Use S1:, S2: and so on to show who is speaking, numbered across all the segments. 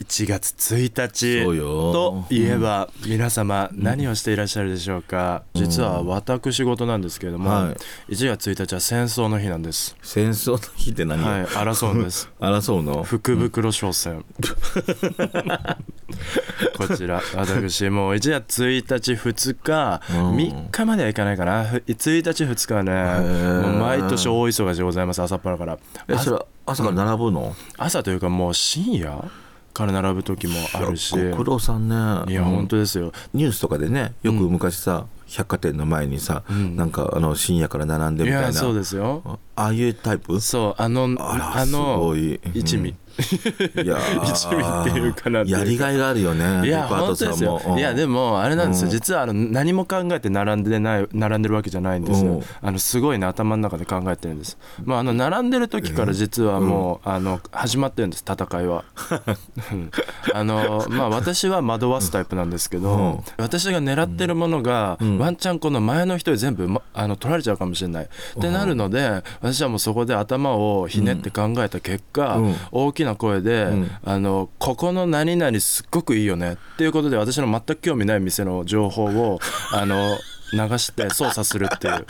S1: 1月1
S2: そう
S1: 日
S2: よ
S1: といえば皆様何をしていらっしゃるでしょうか、実は私事なんですけれども、
S2: は
S1: 1月1日は戦争の日なんです、
S2: 戦争の日って何、
S1: はい争うん です
S2: 争うの
S1: 福袋商戦 こちら私もう1月1日2日
S2: うん
S1: 3日まではいかないかなふ1日2日は
S2: ー
S1: ねもう毎年大忙しでございます朝っぱらから
S2: えそれ朝から並ぶの
S1: 朝というかもう深夜から並ぶ時もあるし
S2: いやご苦労さんね
S1: いや本当
S2: に
S1: ですよ
S2: ニュースとかでねよく昔さ、百貨店の前にさ、
S1: ん
S2: なんかあの深夜から並んで
S1: い
S2: みたいな
S1: やそうですよ
S2: あああいうタイプ
S1: そうあの
S2: あら
S1: あの
S2: すごい
S1: 一味、
S2: いや
S1: 一味っていうかなっていうか
S2: やりがいがあるよね
S1: い
S2: デ
S1: や
S2: パ
S1: 本
S2: ート
S1: 当
S2: さ
S1: で
S2: ん
S1: すよ
S2: も、うん
S1: いやでもあれなんですよ、
S2: うん
S1: 実はあの何も考えて並んでない並んでるわけじゃないんですよ、
S2: うん
S1: あのすごいね頭の中で考えてるんですまああの並んでる時から実はもう、あの始まってるんです戦い はうんあのまあ私は惑わすタイプなんですけど、
S2: うん
S1: 私が狙ってるものが、
S2: ん
S1: ワンチャンこの前の人に全部、ま、あの取られちゃうかもしれない、ってなるので私はもうそこで頭をひねって考えた結果、
S2: うん
S1: 大きな声で、
S2: うん
S1: あのここの何々すっごくいいよねっていうことで私の全く興味ない店の情報 をあの流して操作するっていう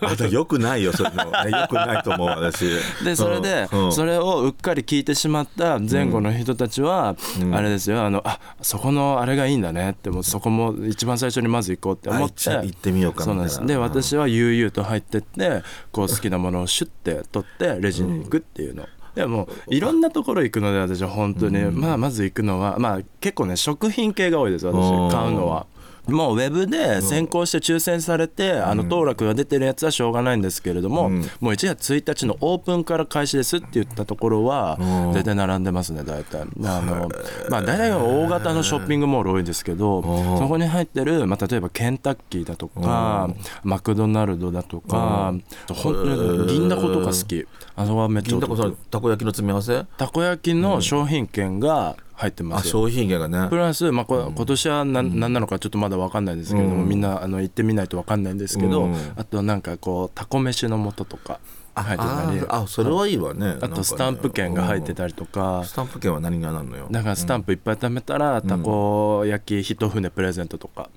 S2: あとよくないよそれも、ね、よくないと思う私
S1: でそれで
S2: うんうん
S1: それをうっかり聞いてしまった前後の人たちは、
S2: うん
S1: あれですよあのあそこのあれがいいんだねってもうそこも一番最初にまず行こうって思って
S2: あ一応行ってみようかみ
S1: そ
S2: た
S1: う
S2: い
S1: なん
S2: な
S1: ですで
S2: うん
S1: 私は悠々と入ってってこう好きなものをシュッて取 ってレジに行くっていうの。でもいろんなところ行くので私は本当に、まあ、まず行くのは、まあ、結構ね食品系が多いです私
S2: おー
S1: 買うのは。もうウェブで先行して抽選されて、あの当落が出てるやつはしょうがないんですけれども、
S2: うん
S1: もう1月1日のオープンから開始ですって言ったところは
S2: うん
S1: 大体並んでますね大体あの、まあ、大体は大型のショッピングモール多いんですけど
S2: うん
S1: そこに入ってる、まあ、例えばケンタッキーだとかマクドナルドだとか本当に銀だことか好きあそこはめっちゃ
S2: 銀だこさんたこ焼きの詰め合わせ
S1: たこ焼きの商品券が入ってま
S2: あ
S1: す
S2: 商品券がね
S1: プラス、まあ、こ今年は何何なのかちょっとまだ分かんないですけれども、みんなあの行ってみないと分かんないんですけど、
S2: うん
S1: あとなんかこうたこ飯の素とか入って
S2: あ
S1: たり
S2: ーあそれはいいわね
S1: あとスタンプ券が入って
S2: り
S1: たりとか
S2: スタンプ券は何がなんのよ
S1: だからスタンプいっぱい貯めたらたこ焼き一船プレゼントとか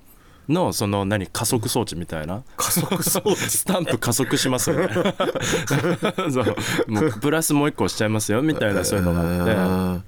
S1: のその何加速装置みたいな
S2: 加速装置
S1: スタンプ加速しますよ ねそうもうプラスもう一個押しちゃいますよみたいなそういうのがあっ
S2: えー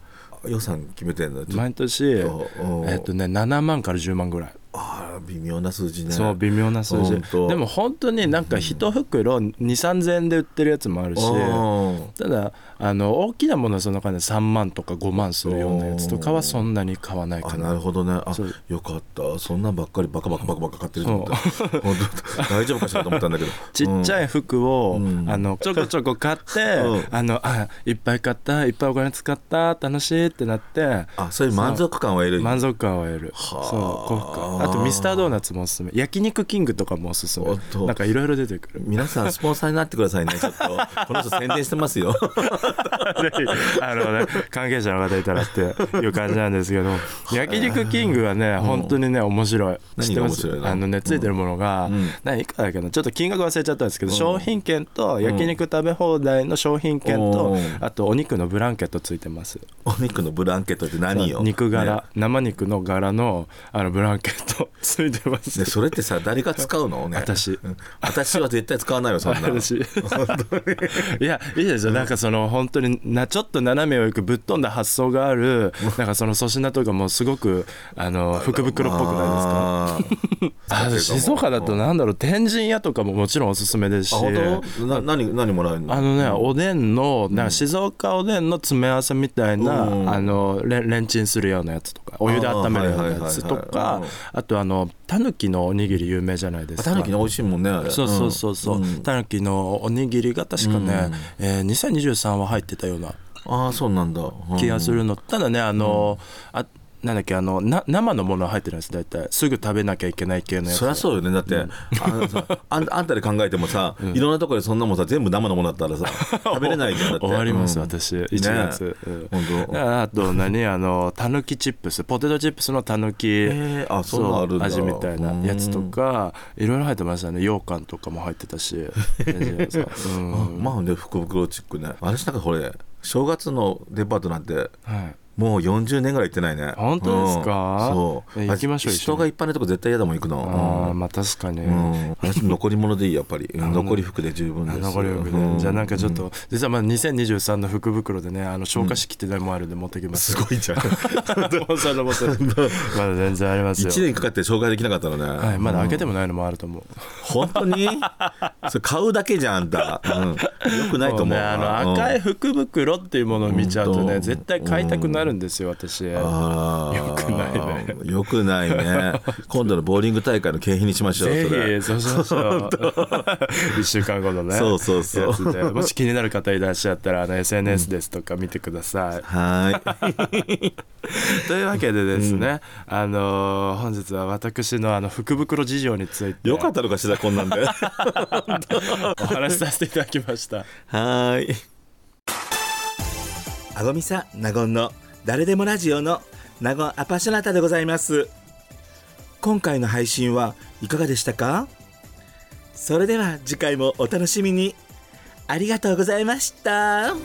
S2: 予算決めてんだ
S1: て
S2: ちょっ
S1: 毎年え
S2: おう
S1: っとね7万から10万ぐらい。
S2: とあー微妙な数字ね
S1: そう微妙な数字
S2: 本当
S1: でも本当になんか一袋23000円で売ってるやつもあるし
S2: うん
S1: ただあの大きなものはその金3万とか5万するようなやつとかはそんなに買わない
S2: あ
S1: か
S2: な
S1: な
S2: るほどねあ
S1: そう
S2: よかったそんなんばっかりバカバカバカバカ買ってると思った本当大丈夫かしらと思ったんだけど
S1: ちっち
S2: い
S1: ゃい服を、
S2: うん
S1: あのちょこちょこ買って、
S2: うん
S1: あのあいっぱい買ったいっぱいお金使った楽しいってなって
S2: あそういう満足感は得る
S1: 満足感を得るそう
S2: はあ
S1: 幸福感あとミスタードーナツもおすすめ焼肉キングとかもおすすめ
S2: おっと
S1: なんかいろいろ出てくる
S2: 皆さんスポンサーになってくださいね ちょっとこの人宣伝してますよ
S1: ぜひあのね関係者の方いたらっていう感じなんですけど焼肉キングはね本当にね面白い
S2: 何が
S1: 知ってます
S2: 面白いの
S1: あのねついてるものが
S2: うん
S1: 何いくらだっけなちょっと金額忘れちゃったんですけど商品券と焼肉食べ放題の商品券と
S2: うん
S1: あとお肉のブランケットついてます
S2: お肉のブランケットって何よ
S1: 肉
S2: ね
S1: 柄生肉の柄のあのブランケットついてま
S2: ですそれってさ誰が使うのね
S1: 私
S2: うん私は絶対使わないよそんな の
S1: 私いやいいですよなんかその本当になちょっと斜めをいくぶっ飛んだ発想があるなんかその粗品とかもすごくあの福袋っぽくないですか
S2: あー
S1: あの静岡だとなんだろう天神屋とかももちろんおすすめですし
S2: あ本当な何何もらえるの
S1: あのねおでんのなんか静岡おでんの詰め合わせみたいな、
S2: うん
S1: あのレンレンチンするようなやつとかお湯で温めるようなやつと
S2: あーはいはいはい
S1: か
S2: はい
S1: あとあのたぬきのおにぎり有名じゃないですか
S2: タヌキの美味しいもんねあれ
S1: そうそうそうそう、
S2: ん
S1: たぬきのおにぎりが確かね、えー2023は入ってたような
S2: ああそうなんだうん
S1: 気がするの、ただねあの、あなんだっけあのな生のもの入ってるんです大体すぐ食べなきゃいけない系のやつ
S2: そりゃそうよねだって、あのさあんあんたで考えてもさ、いろんなところでそんなもんさ全部生のものだったらさ食べれないじゃんだって
S1: 終わります、
S2: うん
S1: 私1月、うん
S2: 本当
S1: だからあと何 あのたぬきチップスポテトチップスのたぬき
S2: ーあそんなのあるんだ
S1: 味みたいなやつとかいろいろ入ってましたね羊羹とかも入って たしうん
S2: あまあね福袋チックね私なんかこれ正月のデパートなんて
S1: はい
S2: もう40年ぐらい行ってないね
S1: 本当ですか
S2: うんそう
S1: え行きましょう
S2: あ
S1: 一緒に
S2: 人がいっぱいのとこ絶対嫌だもん行く
S1: あー
S2: の
S1: まあ確かに、
S2: うん、うん、私残り物でいいやっぱりうん残り服で十分です
S1: あ残り服で、
S2: うん
S1: じゃあなんかちょっと、実はまあ2023の福袋でねあの消化式ってでもあるんで持って きます、
S2: すごいじゃん
S1: そんなことないまだ全然ありますよ
S2: 1年かかって紹介できなかったのね、
S1: はい、まだ開けてもないのもあると思う、
S2: 本当にそれ買うだけじゃんあんた、うん、よくないと思う
S1: もねあの赤い福袋っていうものを見ちゃうと
S2: 本
S1: ね
S2: 当
S1: 絶対買いたくなるんですよ私ぜ
S2: あ
S1: よくない
S2: ねよくない ね今度のボーリング大会の景品にしましょうそれ
S1: ひそうしましょう1週間後のね
S2: そうそうそう
S1: やつでもし気になる方いらっしゃったらあの SNS ですとか見てください、
S2: はーい
S1: というわけでですね、あのー本日は私のあの福袋事情につい て
S2: よかったのかしらこんなんでは
S1: お話しさせていただきました
S2: ーい
S3: あごみさなごんの誰でもラジオのなごんアパショナタでございます今回の配信はいかがでしたかそれでは次回もお楽しみにありがとうございました